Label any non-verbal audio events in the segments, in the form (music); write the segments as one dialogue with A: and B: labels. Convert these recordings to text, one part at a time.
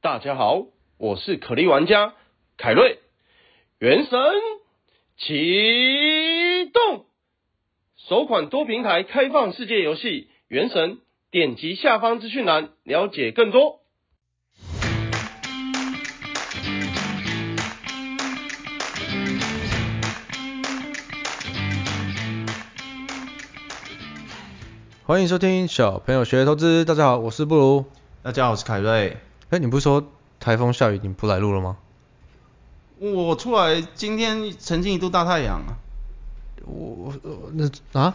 A: 大家好，我是可莉玩家凯瑞。原神启动，首款多平台开放世界游戏《原神》，点击下方资讯栏了解更多。
B: 欢迎收听小朋友学投资。大家好，我是布鲁。
C: 大家好，我是凯瑞。
B: 哎，你不是说台风下雨你不来录了吗？
C: 我出来今天曾经一度大太阳
B: (laughs)
C: 啊，
B: 我我那啊，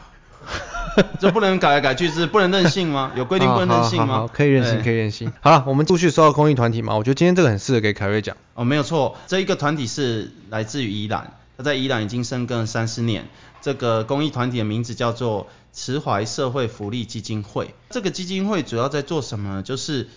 C: 这不能改来改去，是不能任性吗？有规定不能任性
B: 好好好好？
C: 吗
B: 可以任性，
C: 对
B: 可以任性。好了，我们陆续收到公益团体嘛，我觉得今天这个很适合给凯瑞讲。
C: 哦，没有错，这一个团体是来自于宜兰，他在宜兰已经深耕三十年。这个公益团体的名字叫做慈怀社会福利基金会。这个基金会主要在做什么呢？就是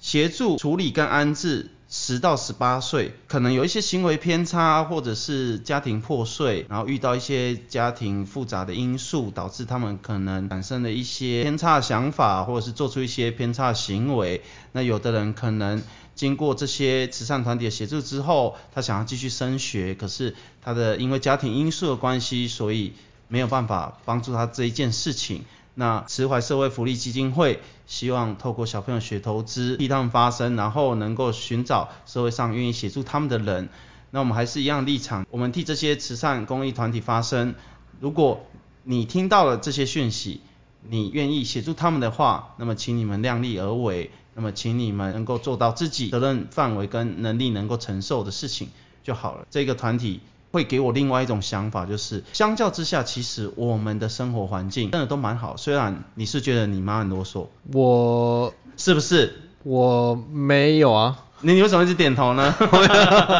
C: 协助处理跟安置十到十八岁可能有一些行为偏差，或者是家庭破碎，然后遇到一些家庭复杂的因素，导致他们可能产生了一些偏差的想法，或者是做出一些偏差的行为。那有的人可能经过这些慈善团体的协助之后，他想要继续升学，可是他的因为家庭因素的关系，所以没有办法帮助他这一件事情。那慈怀社会福利基金会希望透过小朋友学投资，替他们发声，然后能够寻找社会上愿意协助他们的人。那我们还是一样立场，我们替这些慈善公益团体发声。如果你听到了这些讯息，你愿意协助他们的话，那么请你们量力而为，那么请你们能够做到自己责任范围跟能力能够承受的事情就好了。这个团体会给我另外一种想法，就是相较之下，其实我们的生活环境真的都蛮好。虽然你是觉得你妈很啰嗦，
B: 我
C: 是不是？
B: 我没有啊，
C: 你你为什么一直点头呢？ (laughs)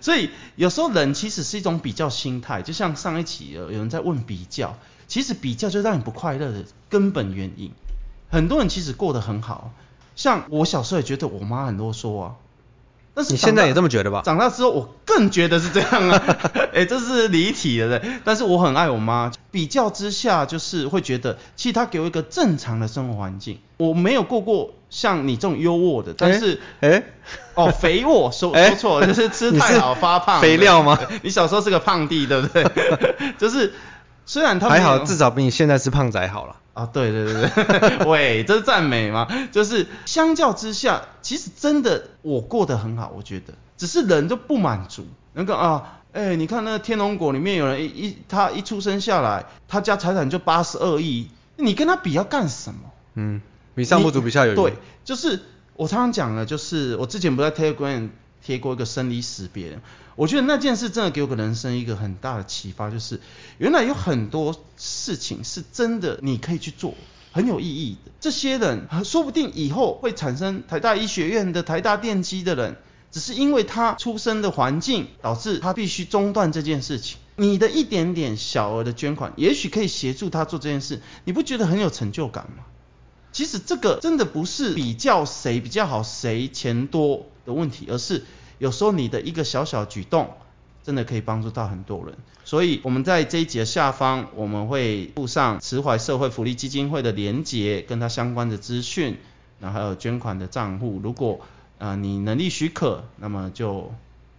C: 所以有时候人其实是一种比较心态，就像上一期有有人在问比较，其实比较就让你不快乐的根本原因。很多人其实过得很好，像我小时候也觉得我妈很啰嗦啊，但是
B: 你现在也这
C: 么
B: 么觉得吧？
C: 长大之后，我更觉得是这
B: (laughs)
C: 样啊，哎、这是离体的对。但是我很爱我妈，比较之下就是会觉得，其实她给我一个正常的生活环境，我没有过过像你这种优渥的，但是。
B: 哎， (laughs)
C: 哦，肥沃，说
B: 哎
C: 说错了，就是吃
B: 你是
C: 太好发胖。
B: 肥料吗
C: 对？你小时候是个胖弟，对
B: (laughs)
C: 不对？就是虽然他没
B: 还
C: 有
B: 好，至少比你现在是胖仔好了。
C: 啊，对对对对， (laughs) 喂，这是赞美吗？就是相较之下，其实真的我过得很好，我觉得，只是人都不满足，那个啊。哎、你看那个《天龙果》里面有人一一他一出生下来，他家财产就八十二亿，你跟他比要干什么？
B: 嗯，比上不足，比下有余。
C: 对，就是我常常讲的，就是我之前不在 Telegram 贴过一个生离死别，我觉得那件事真的给我个人生一个很大的启发，就是原来有很多事情是真的你可以去做。很有意义的，这些人说不定以后会产生台大医学院的台大电机的人，只是因为他出生的环境导致他必须中断这件事情。你的一点点小额的捐款，也许可以协助他做这件事，你不觉得很有成就感吗？其实这个真的不是比较谁比较好，谁钱多的问题，而是有时候你的一个小小举动，真的可以帮助到很多人。所以我们在这一节下方，我们会附上慈怀社会福利基金会的连结，跟它相关的资讯，然后还有捐款的账户。如果呃你能力许可，那么就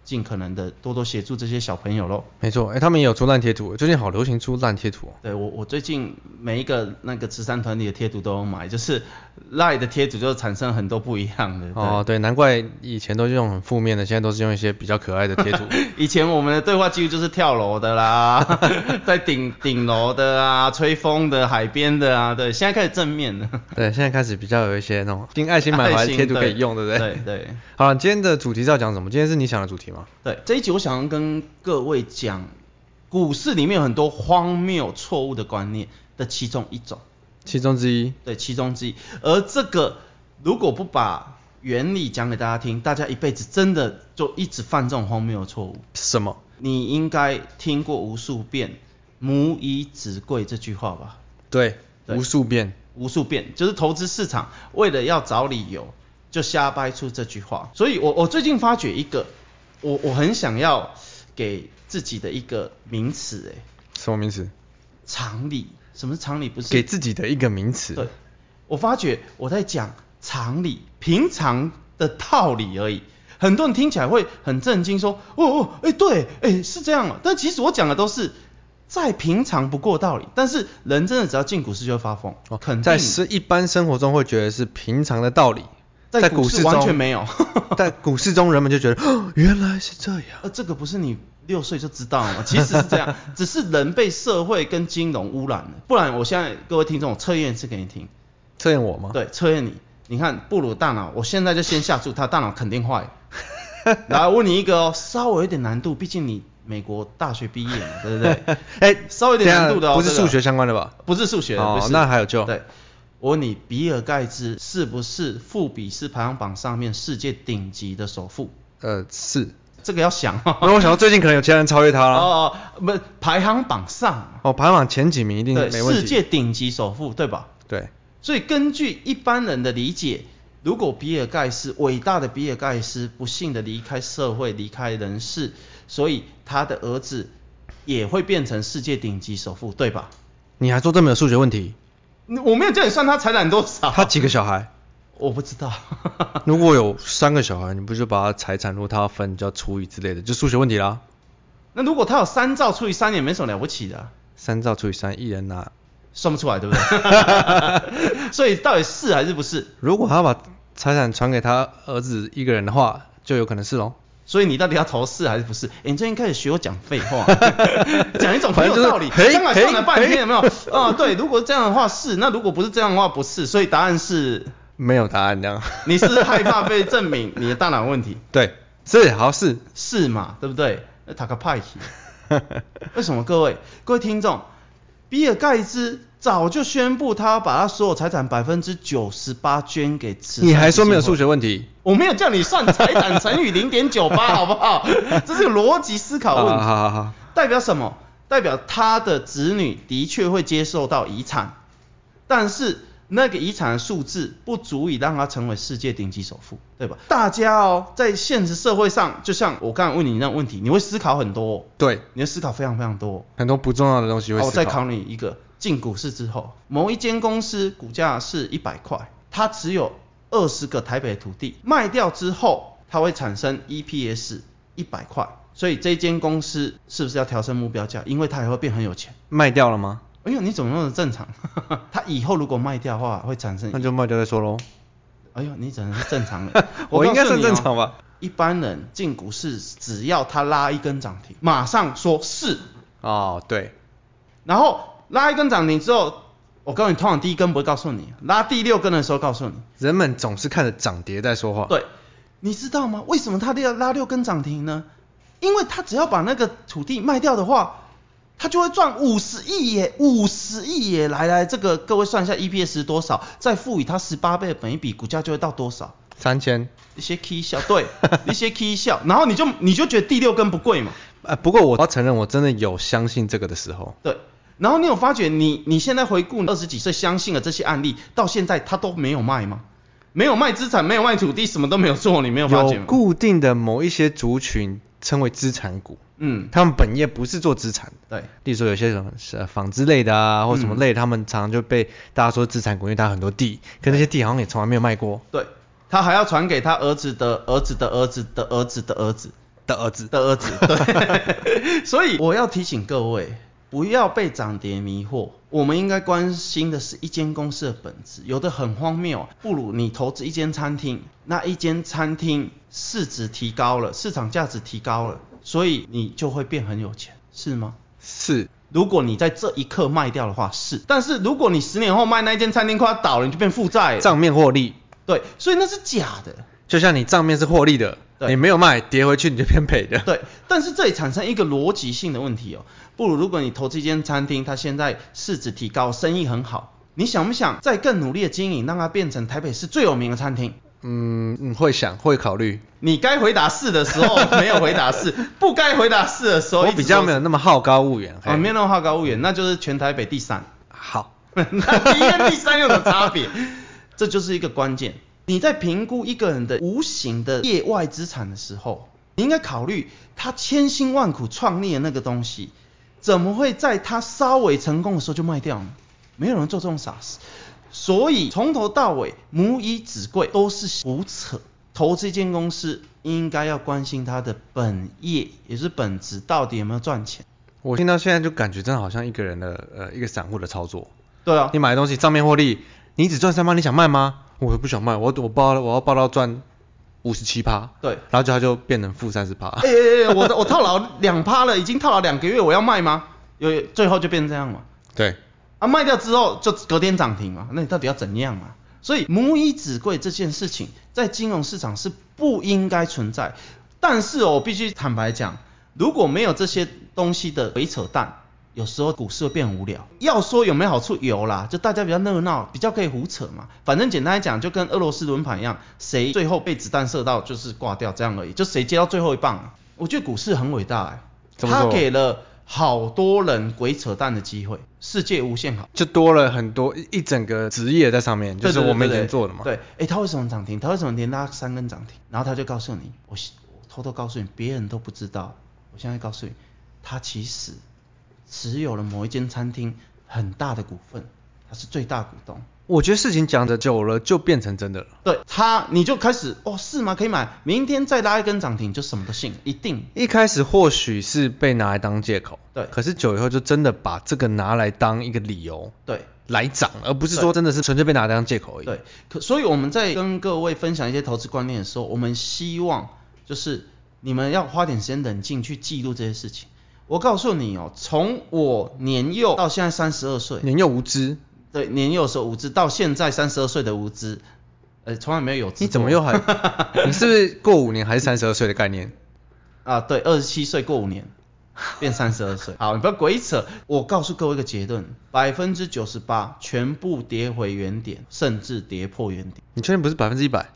C: 尽可能的多多协助这些小朋友喽。
B: 没错，哎，他们也有出烂贴图，最近好流行出烂贴图哦。
C: 对我，我最近每一个那个慈善团体的贴图都有买，就是 Lie 的贴图就产生很多不一样的。对
B: 哦，，对，难怪以前都是用很负面的，现在都是用一些比较可爱的贴 (laughs) 图。
C: 以前我们的对话记录就是跳楼的
B: (laughs)
C: 啦，在顶顶楼的啊，吹风的，海边的啊，对，现在开始正面了。
B: 对，现在开始比较有一些那种新爱心满怀的贴
C: (laughs)
B: 图可以用，对不对？
C: 对对
B: 好了，今天的主题是要讲什么？今天是你想的主题吗？
C: 对，这一集我想要跟各位讲，股市里面有很多荒谬错误的观念的其中一种。
B: 其中之一。
C: 对，其中之一。而这个如果不把原理讲给大家听，大家一辈子真的就一直犯这种荒谬的错误。
B: 什么？
C: 你应该听过无数遍“母以子贵”这句话吧？
B: 对，
C: 对
B: 无数遍。
C: 无数遍，就是投资市场为了要找理由，就瞎掰出这句话。所以我我最近发觉一个，我我很想要给自己的一个名词，哎，
B: 什么名词？
C: 常理。什么是常理？不是
B: 给自己的一个名词。
C: 对，我发觉我在讲常理，平常的道理而已。很多人听起来会很震惊，说哦哦，哎、对，哎、是这样哦。但其实我讲的都是再平常不过道理，但是人真的只要进股市就会发疯，
B: 哦
C: 肯定
B: 在是一般生活中会觉得是平常的道理，
C: 在
B: 在
C: 股
B: 股
C: 市
B: 市
C: 完
B: 中
C: 全没
B: (laughs)
C: 有。
B: 在股市中人们就觉得哦原来是这样。
C: 呃，这个不是你六岁就知道了吗？ (laughs) 其实是这样，只是人被社会跟金融污染了。不然，我现在各位听众，我测验一次给你听，
B: (laughs) 测验我吗？
C: 对，测验你。你看布鲁大脑，我现在就先下注，他大脑肯定坏。 (laughs) 来，我问你一个哦，稍微有点难度，毕竟你美国大学毕业嘛，
B: (laughs)
C: 对不对？
B: 哎、
C: 稍微有
B: 等一
C: 点
B: 下
C: 难度的哦，
B: 不是
C: 这个
B: 数学相关的吧？
C: 不是数学的，
B: 哦
C: 不是
B: 那还有救
C: 对，我问你，比尔盖茨是不是富比士排行榜上面世界顶级的首富？
B: 呃，是。
C: 这个要想哦。
B: (laughs) 那我想到最近可能有其他人超越他了。哦
C: 哦哦，不，排行榜上，
B: 排行榜前几名一定
C: 对，
B: 没问题。
C: 世界顶级首富，对吧？
B: 对，
C: 所以根据一般人的理解，如果比尔盖茨伟大的比尔盖茨不幸的离开社会、离开人世，所以他的儿子也会变成世界顶级首富，对吧？
B: 你还说这没有数学问题？
C: 你我没有叫你算他财产多少，
B: 他几个小孩？
C: 我不知道。
B: 如果有三个小孩，你不就把他财产如果他要分，你就要除以之类的，就数学问题啦。
C: (laughs) 那如果他有三兆除以三，也没什么了不起的啊、
B: 三兆除以三，一人拿。
C: 算不出来，对不对？ (laughs) 所以到底是还是不是？
B: 如果他把财产传给他儿子一个人的话，就有可能是喽。
C: 所以你到底要投是还
B: (laughs)
C: 是不是？诶你最近开始学我讲废话，讲一种很
B: 反正
C: 有
B: 就是
C: 道理，
B: 嘿
C: 刚才算了
B: 嘿
C: 半天
B: 嘿
C: 有没有？哦，对，如果这样的话是，那如果不是这样的话不是，所以答案是，
B: 没有答案这样。 (laughs)
C: 你是不是害怕被证明你的大脑有问题， (laughs)
B: 对，是好是。
C: 是嘛？对不对？那塔克派奇，
B: (laughs)
C: 为什么各位各位听众，比尔盖茨早就宣布他要把他所有财产百分之九十八捐给慈善
B: 你还说没有
C: 基金会
B: 数学问题？
C: 我没有叫你算财产乘以零点九八，好
B: (laughs)
C: 不好？这是有逻辑思考问
B: 啊好
C: 题，
B: 好好，
C: 代表什么？代表他的子女的确会接受到遗产，但是那个遗产的数字不足以让他成为世界顶级首富，对吧？大家哦，在现实社会上，就像我刚才问你那个问题，你会思考很多、哦，
B: 对，
C: 你会思考非常非常多、哦。
B: 很多不重要的东西会
C: 哦好，我
B: 思
C: 再
B: 考。
C: 考你一个，进股市之后，某一间公司股价是一百块，它只有二十个台北土地，卖掉之后，它会产生 EPS 一百块，所以这间公司是不是要调升目标价？因为它也会变很有钱。
B: 卖掉了吗？
C: 哎呦，你怎么那么
B: (laughs)
C: 正常？它以后如果卖掉的话，会产生
B: 那就卖掉再说喽。。
C: 哎呦，你真的是正常人
B: (laughs) 我应该
C: 告诉你
B: 算正
C: 哦
B: 常吧
C: 一般人进股市，只要他拉一根涨停，马上说是，
B: 哦，对，
C: 然后拉一根涨停之后，我告诉你，通常第一根不会告诉你，拉第六根的时候告诉你。
B: 人们总是看着涨跌在说话。，
C: 对，你知道吗？为什么他要拉六根涨停呢？因为他只要把那个土地卖掉的话，他就会赚五十亿耶，五十亿耶！来来，这个各位算一下 EPS 多少，再赋予它十八倍的本一比，股价就会到多少？
B: 三千。
C: 一些 K 笑，对，一些 K 笑，然后你就你就觉得第六根不贵嘛，
B: 呃，不过我要承认，我真的有相信这个的时候。
C: 对。然后你有发觉你你现在回顾二十几岁相信了这些案例，到现在他都没有卖吗？没有卖资产，没有卖土地，什么都没有做，你没有发觉
B: 有
C: 吗？
B: 固定的某一些族群称为资产股，
C: 嗯，
B: 他们本业不是做资产的。
C: 对，
B: 例如说有些什么呃纺织类的啊，或什么
C: 嗯
B: 类，他们常常就被大家说资产股，因为它很多地，可那些地好像也从来没有卖过
C: 对，他还要传给他儿子的儿子的儿子的儿子的儿子
B: 的儿子。
C: 的儿子，对， (laughs) 所以我要提醒各位，不要被涨跌迷惑。我们应该关心的是一间公司的本质，有的很荒谬，不如你投资一间餐厅，那一间餐厅市值提高了，市场价值提高了，所以你就会变很有钱，是吗？
B: 是，
C: 如果你在这一刻卖掉的话是，但是如果你十年后卖那一间餐厅快要倒了，你就变负债了。
B: 账面获利，
C: 对，所以那是假的。
B: 就像你账面是获利的，
C: 对
B: 你没有卖，跌回去你就变赔的。
C: 对，但是这里产生一个逻辑性的问题哦。不如如果你投资一间餐厅，它现在市值提高，生意很好，你想不想再更努力的经营，让它变成台北市最有名的餐厅？
B: 嗯，嗯会想，会考虑。
C: 你该回答是的时候没有回答是，不该回答是的时候
B: (laughs) 我比较没有
C: 啊、
B: 那么好高骛远。嘿
C: 哦，没有那么好高骛远，那就是全台北第三。
B: 好，
C: 那第一跟第三有什么差别？这就是一个关键。你在评估一个人的无形的业外资产的时候，你应该考虑他千辛万苦创立的那个东西，怎么会在他稍微成功的时候就卖掉呢？没有人做这种傻事。所以从头到尾，母以子贵都是胡扯。投资一间公司应该要关心它的本业，也就是本职到底有没有赚钱。
B: 我听到现在就感觉真的好像一个人的呃一个散户的操作。
C: 对啊
B: 你，买的东西账面获利，你只赚三趴，你想卖吗？我不想卖，我我报我要报到赚五十七趴，
C: 对。
B: 然后就它就变成负三十趴。
C: (laughs) 哎哎哎，我我套牢两趴了，已经套牢两个月，我要卖吗？有最后就变这样嘛。
B: 对，
C: 啊，卖掉之后就隔天涨停嘛，那你到底要怎样嘛？所以母以子贵这件事情在金融市场是不应该存在。但是哦我必须坦白讲，如果没有这些东西的鬼扯淡，有时候股市会变无聊。要说有没有好处，有啦，就大家比较热闹，比较可以胡扯嘛。反正简单来讲，就跟俄罗斯轮盘一样，谁最后被子弹射到就是挂掉这样而已，就谁接到最后一棒。啊我觉得股市很伟大、欸，
B: 怎么
C: 它
B: 说
C: 给了好多人鬼扯淡的机会，世界无限好。
B: 就多了很多一一整个职业在上面，就是
C: 对对对
B: 我们以
C: 对
B: 前做的嘛。
C: 对，哎，他为什么涨停？他为什么连拉三根涨停？然后他就告诉你，我我偷偷告诉你，别人都不知道，我现在告诉你，他其实持有了某一间餐厅很大的股份，他是最大股东。
B: 我觉得事情讲的久了就变成真的了。
C: 对他，你就开始哦，是吗？可以买，明天再拉一根涨停，就什么都信了，一定
B: 一开始或许是被拿来当借口，
C: 对
B: 可是久以后就真的把这个拿来当一个理由
C: 对。
B: 来涨，而不是说真的是纯粹被拿来当借口而已。
C: 对，可所以我们在跟各位分享一些投资观念的时候，我们希望就是你们要花点时间冷静去记录这些事情。我告诉你哦，从我年幼到现在三十二岁，
B: 年幼无知，
C: 对年幼的时候无知，到现在三十二岁的无知，呃，从来没有有知
B: 你
C: 过。
B: 怎么
C: (laughs)
B: 又还？你是不是过五年还是三十二岁的概念？
C: 啊，对，二十七岁过五年，变三十
B: (laughs)
C: 二岁。好，你不要鬼扯。我告诉各位一个结论：百分之九十八全部跌回原点，甚至跌破原点，
B: 你确定不是百分之一百？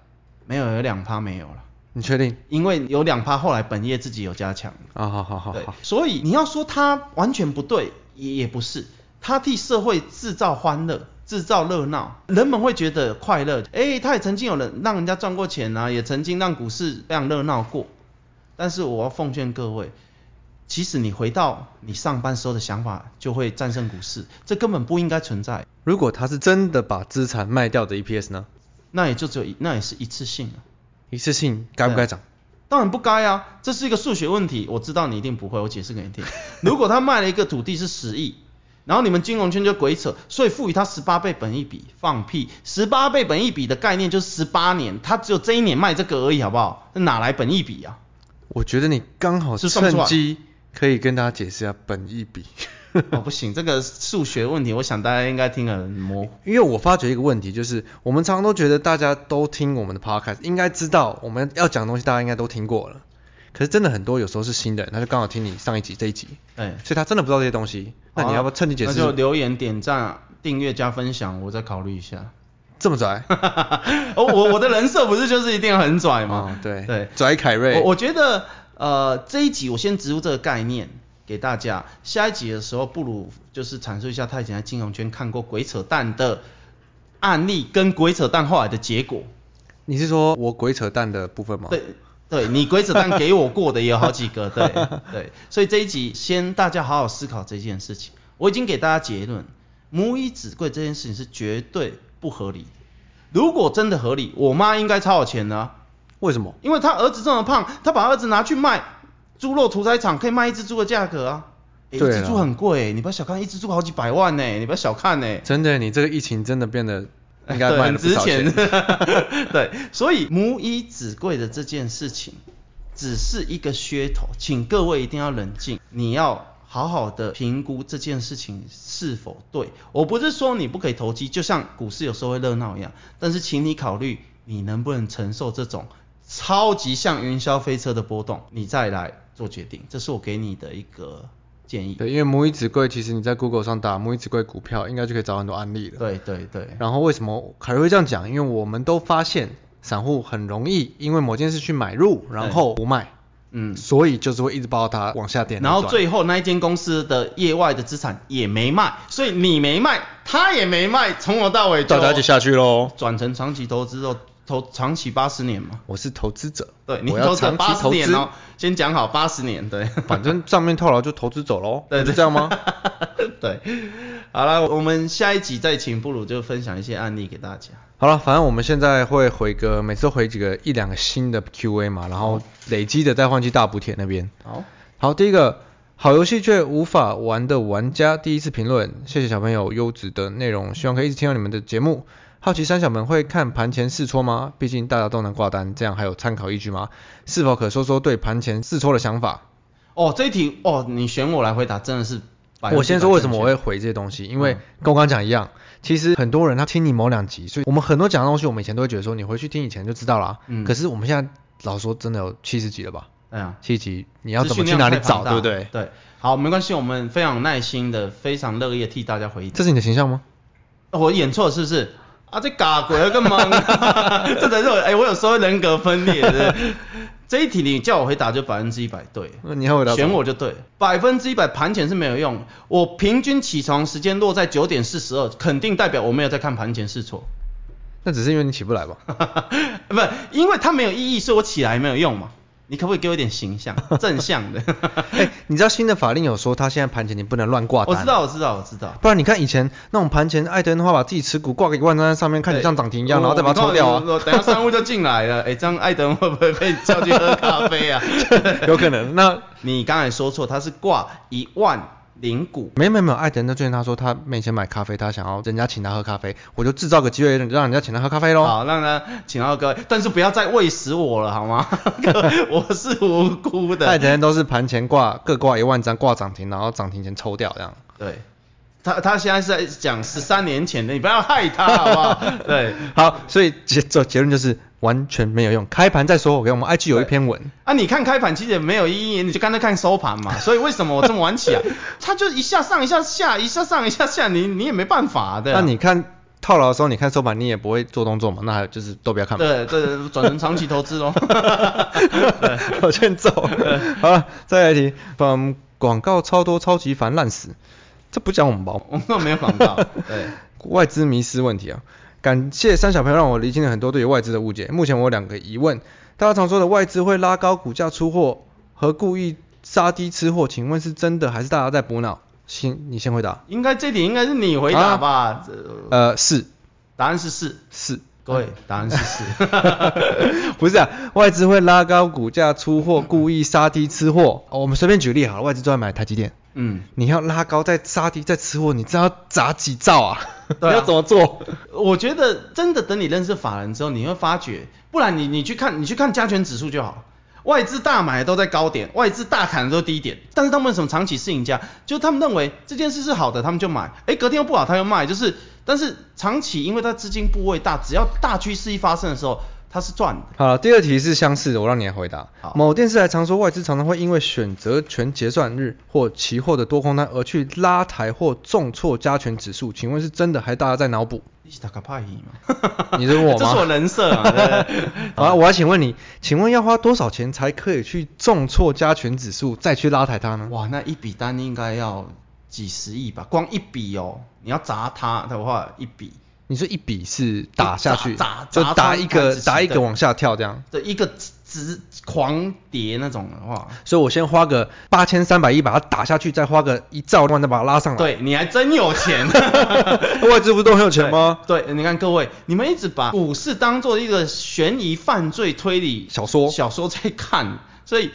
C: 没有有两趴没有了。
B: 你确定？
C: 因为有两趴后来本业自己有加强，
B: 啊，好好好
C: 对
B: 好，，
C: 所以你要说他完全不对，也也不是，他替社会制造欢乐。制造热闹，人们会觉得快乐。哎、他也曾经有人让人家赚过钱啊，也曾经让股市非常热闹过。但是我要奉劝各位，其实你回到你上班时候的想法，就会战胜股市，这根本不应该存在。
B: 如果他是真的把资产卖掉的 EPS 呢？
C: 那也就只有一，那也是一次性啊。
B: 一次性该不该涨？
C: 当然不该啊，这是一个数学问题，我知道你一定不会，我解释
B: (laughs)
C: 给你听。如果他卖了一个土地是十亿，然后你们金融圈就鬼扯，所以赋予他十八倍本益比，放屁！十八倍本益比的概念就是十八年，他只有这一年卖这个而已，好不好？那哪来本益
B: (laughs)
C: 比啊？
B: 我觉得你刚好
C: 是算不出来
B: 趁机可以跟大家解释一下本益比，
C: 哦，不行，这个数学问题，我想大家应该听得很模
B: (laughs)
C: 糊。
B: 因为我发觉一个问题，就是我们常常都觉得大家都听我们的 podcast，应该知道我们要讲的东西，大家应该都听过了。可是真的很多有时候是新的人，他就刚好听你上一集这一集，
C: 哎、
B: 所以他真的不知道这些东西。那你要不要趁机解
C: 啊那就
B: 释？
C: 留言、点赞、订阅加分享，我再考虑一下。 (laughs)
B: 这么拽？
C: 哦，我我的人设不是就是一定要很拽吗？
B: 哦对
C: 对，
B: 拽凯瑞
C: 我我觉得呃这一集我先植入这个概念给大家，下一集的时候不如就是阐述一下他以前在金融圈看过鬼扯淡的案例跟鬼扯淡后来的结果。
B: 你是说我鬼扯淡的部分吗？
C: 对，对你鬼扯蛋给我过的也有好几个，对对，所以这一集先大家好好思考这件事情。我已经给大家结论，母以子贵这件事情是绝对不合理的。如果真的合理，我妈应该超有钱的啊、
B: 为什么？
C: 因为她儿子这么胖，她把儿子拿去卖猪肉屠宰场，可以卖一只猪的价格啊。欸、一
B: 对
C: 只
B: 啦
C: 猪很贵、你不要小看，一只猪好几百万呢、你不要小看呢、
B: 真的，你这个疫情真的变得
C: (laughs)
B: 应该
C: 哎对
B: 卖
C: 很
B: 了不
C: 值
B: 少钱。
C: (laughs) 对，所以母以子贵的这件事情只是一个噱头，请各位一定要冷静，你要好好的评估这件事情是否对。我不是说你不可以投机，就像股市有时候会热闹一样，但是请你考虑你能不能承受这种超级像云霄飞车的波动，你再来做决定。这是我给你的一个建
B: (laughs)
C: 议。
B: 对，因为母以子贵，其实你在 Google 上打母以子贵股票，应该就可以找很多案例了。
C: 对对对，
B: 然后为什么凯瑞会这样讲？因为我们都发现散户很容易因为某件事去买入，然后不卖，
C: 嗯。
B: 所以就是会一直抱它往下跌。
C: 然后
B: 转
C: 最后那一间公司的业外的资产也没卖，所以你没卖，他也没卖，从头到尾就
B: 大家就下去喽。
C: 转成长期投资后，投长期八十年嘛。
B: 我是投资者，
C: 对，你
B: 我要
C: 投资
B: 长期
C: 八十
B: 投
C: 年
B: 资，
C: 哦，先讲
B: (laughs)
C: 好 (laughs) 八十年，对， (laughs)
B: 反正账面套牢就投资走喽，
C: 对
B: 不是这样吗？
C: 对，好了，我们下一集再请布鲁就分享一些案例给大家。
B: 好了，反正我们现在会回个，每次都回几个一两个新的 Q&A 嘛，然
C: 嗯
B: 后累积的再换去大补帖那边。
C: 好，
B: 好，第一个，好游戏却无法玩的玩家第一次评论，谢谢小朋友优质的内容，希望可以一直听到你们的节目。好奇三小们会看盘前试搓吗？毕竟大家都能挂单，这样还有参考依据吗？是否可说说对盘前试搓的想法？
C: 哦，这一题哦，你选我来回答，真的是百分之百正确。嗯
B: 我先说为什么我会回这些东西，因为跟我刚刚讲一样，其实很多人他听你某两集，所以我们很多讲的东西，我们以前都会觉得说你回去听以前就知道啦。
C: 嗯
B: 可是我们现在老说真的有七十集了吧？ (laughs)
C: 哎呀，
B: 七十集你要
C: 资
B: 怎么
C: 讯
B: 去
C: 量
B: 哪里
C: 太
B: 找，
C: 庞大
B: 对不对？
C: 对，好，没关系，我们非常有耐心的，非常乐意地替大家回答。
B: 这是你的形象吗？
C: 哦我演错了是不是？啊，这嘎鬼了个忙， (laughs) 这才是我哎、我有时候人格分裂的。
B: (laughs)
C: 这一题你叫我回答就百分之一百对，
B: 那你要回答什么
C: 选我就对，百分之一百盘前是没有用。我平均起床时间落在九点四十二，肯定代表我没有在看盘前试错。 (laughs)
B: 那只是因为你起不来吧？
C: 不，因为它没有意义，所以我起来没有用嘛。你可不可以给我一点形
B: (laughs)
C: 象，正向的？
B: 哎、你知道新的法令有说他现在盘前你不能乱挂单，
C: 我知道，我知道，我知道。
B: 不然你看以前那种盘前爱登的话，把自己持股挂个一万张在上面，看起来像涨停一样，然后再把它抽掉啊
C: 哎我。我等一下商务就进来
B: (laughs)
C: 了，哎、这样艾登会不会被叫去喝咖啡啊？
B: 有可能。那
C: 你刚才说错，他是挂一万零股。
B: 没有没有没有，艾德那最近他说他没钱买咖啡，他想要人家请他喝咖啡，我就制造个机会让人家请他喝咖啡喽。
C: 好，让他请到各位，但是不要再喂食我了，
B: (laughs)
C: 好吗？我是无辜
B: 艾
C: 的。
B: 德都是盘前挂各挂一万张挂涨停，然后涨停前抽掉这样。
C: 对，他他现在是在讲十三年前的，你不要害他好
B: (laughs)
C: 不好？对，
B: 好，所以结结结论就是完全没有用，开盘再说。我给我们 IG 有一篇文，
C: 啊，你看开盘其实也没有意义，你就干脆看收盘嘛。所以为什么我这么晚起啊？他就一下上一下下，一下上一下下，你你也没办法的、
B: 那你看套牢的时候，你看收盘你也不会做动作嘛，那还有就是都不要看嘛。
C: 对对，转成长期投资喽。
B: (laughs) 好欠揍。好了，再来一题，嗯，广告超多，超级烦，烂死。这不讲我们吧？
C: (laughs) 我们没有广
B: (laughs)
C: 告，对，
B: 外资迷失问题啊。感谢三小朋友让我厘清了很多对于外资的误解。目前我有两个疑问，大家常说的外资会拉高股价出货和故意杀低吃货，请问是真的还是大家在补脑？先你先回答。
C: 应该这题应该是你回答吧？这
B: 呃，是
C: 答案是是，
B: 是， (laughs)
C: 各位答案是是。
B: 不是啊，外资会拉高股价出货，故意杀低吃货。哦，我们随便举例好了，外资专门买台积电， (laughs)
C: 嗯，
B: 你要拉高再杀低再吃货，你知道要砸几兆啊？(laughs)
C: 对啊
B: 你要怎么做？
C: 我觉得真的等你认识法人之后，你会发觉，不然你你去看你去看加权指数就好。外资大买的都在高点，外资大砍的都低点，但是他们为什么长期是赢家？就他们认为这件事是好的，他们就买，哎，隔天又不好，他又卖，就是，但是长期因为他资金部位大，只要大趋势一发生的时候，他是赚的。
B: 好了，第二题是相似的，我让你来回答
C: 好。
B: 某电视台常说外资常常会因为选择权结算日或期货的多空单而去拉抬或重挫加权指数，请问是真的还是大家在脑补？
C: 你是打卡帕伊吗？
B: (laughs) 你是我吗
C: (laughs) 这是我人设
B: (laughs)
C: 嘛，对不对
B: 好啊，我要请问你，请问要花多少钱才可以去重挫加权指数，再去拉抬它呢？
C: 哇，那一笔单应该要几十亿吧？光一笔哦，你要砸它的话，一笔
B: 你说一笔是打下去，
C: 砸砸
B: 就
C: 砸
B: 打一
C: 穿盘
B: 个
C: 子
B: 打一
C: 对
B: 个往下跳这样。
C: 这一个直直狂跌那种的话，
B: 所以我先花个八千三百亿把它打下去，再花个一兆万再把它拉上来。，
C: 对，你还真有钱。
B: (laughs) 外资不是都很 (laughs) 有钱吗？
C: 对？对，你看各位，你们一直把股市当做一个悬疑犯罪推理
B: 小说
C: 小说在看，所以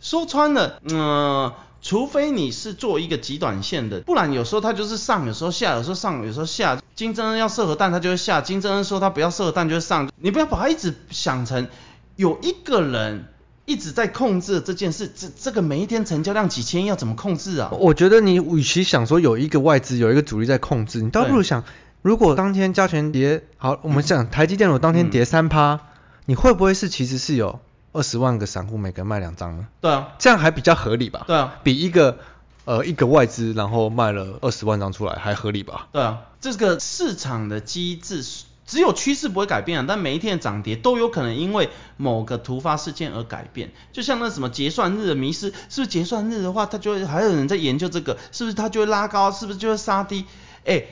C: 说穿了，嗯、除非你是做一个极短线的，不然有时候它就是上，有时候下，有时候上，有时候下。金正恩要射核弹，它就会下；金正恩说他不要射核弹，就会上。你不要把它一直想成有一个人一直在控制这件事，这这个每一天成交量几千亿要怎么控制啊？
B: 我觉得你与其想说有一个外资有一个主力在控制，你倒不如
C: 对
B: 想，如果当天加权跌，好，我们讲台积电如果当天
C: 嗯
B: 跌三趴、你会不会是其实是有二十万个散户每个人卖两张呢？
C: 对啊，
B: 这样还比较合理吧？
C: 对啊，
B: 比一个呃一个外资然后卖了二十万张出来还合理吧？
C: 对啊，这个市场的机制是只有趋势不会改变啊，但每一天的涨跌都有可能因为某个突发事件而改变。就像那什么结算日的迷失，是不是结算日的话，它就会还有人在研究这个，是不是它就会拉高，是不是就会杀低？哎，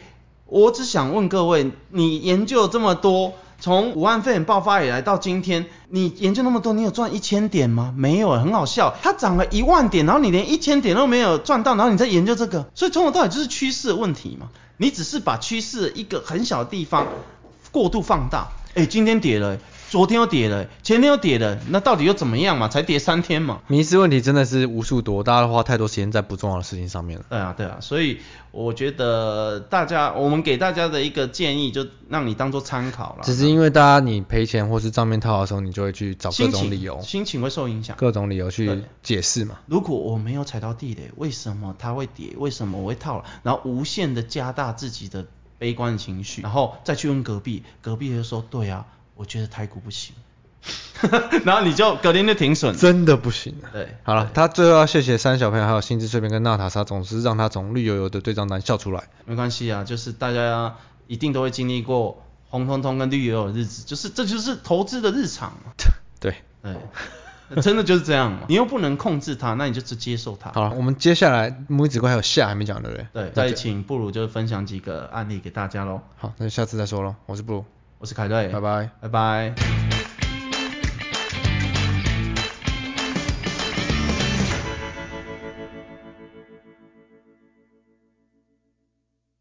C: 我只想问各位，你研究这么多，从武汉肺炎爆发以来到今天，你研究那么多，你有赚一千点吗？没有，啊很好笑。它涨了一万点，然后你连一千点都没有赚到，然后你再研究这个，所以从头到尾就是趋势的问题嘛。你只是把趋势一个很小的地方过度放大。哎、今天跌了、昨天又跌了、前天又跌了，那到底又怎么样嘛？才跌三天嘛。
B: 迷失问题真的是无数多，大家花太多时间在不重要的事情上面了。
C: 对啊，对啊，所以我觉得大家，我们给大家的一个建议，就让你当做参考啦。
B: 只是因为大家你赔钱或是账面套牢的时候，你就会去找各
C: 心
B: 种
C: 情
B: 理由，
C: 心情会受影响。
B: 各种理由去
C: 对
B: 解释嘛。
C: 如果我没有踩到地雷，为什么它会跌？为什么我会套牢？然后无限的加大自己的悲观的情绪，然后再去问隔壁，隔壁就说：“对啊，我觉得台股不行。” (laughs) 然后你就隔天就停损。
B: 真的不行啊。
C: 对，
B: 好了，他最后要谢谢三小朋友还有心智碎片跟娜塔莎，总是让他从绿油油的对账单笑出来。
C: 没关系啊，就是大家一定都会经历过红彤彤跟绿油油的日子，就是这就是投资的日常嘛。
B: 对，
C: 对，真的就是这样嘛。你又不能控制它，那你就只接受它。
B: 好了，我们接下来拇指怪还有下还没讲对不对？
C: 对，
B: 那
C: 再
B: 就
C: 请布鲁就是分享几个案例给大家喽。
B: 好，那就下次再说喽。我是布鲁，
C: 我是凯瑞，
B: 拜拜。
C: 拜拜。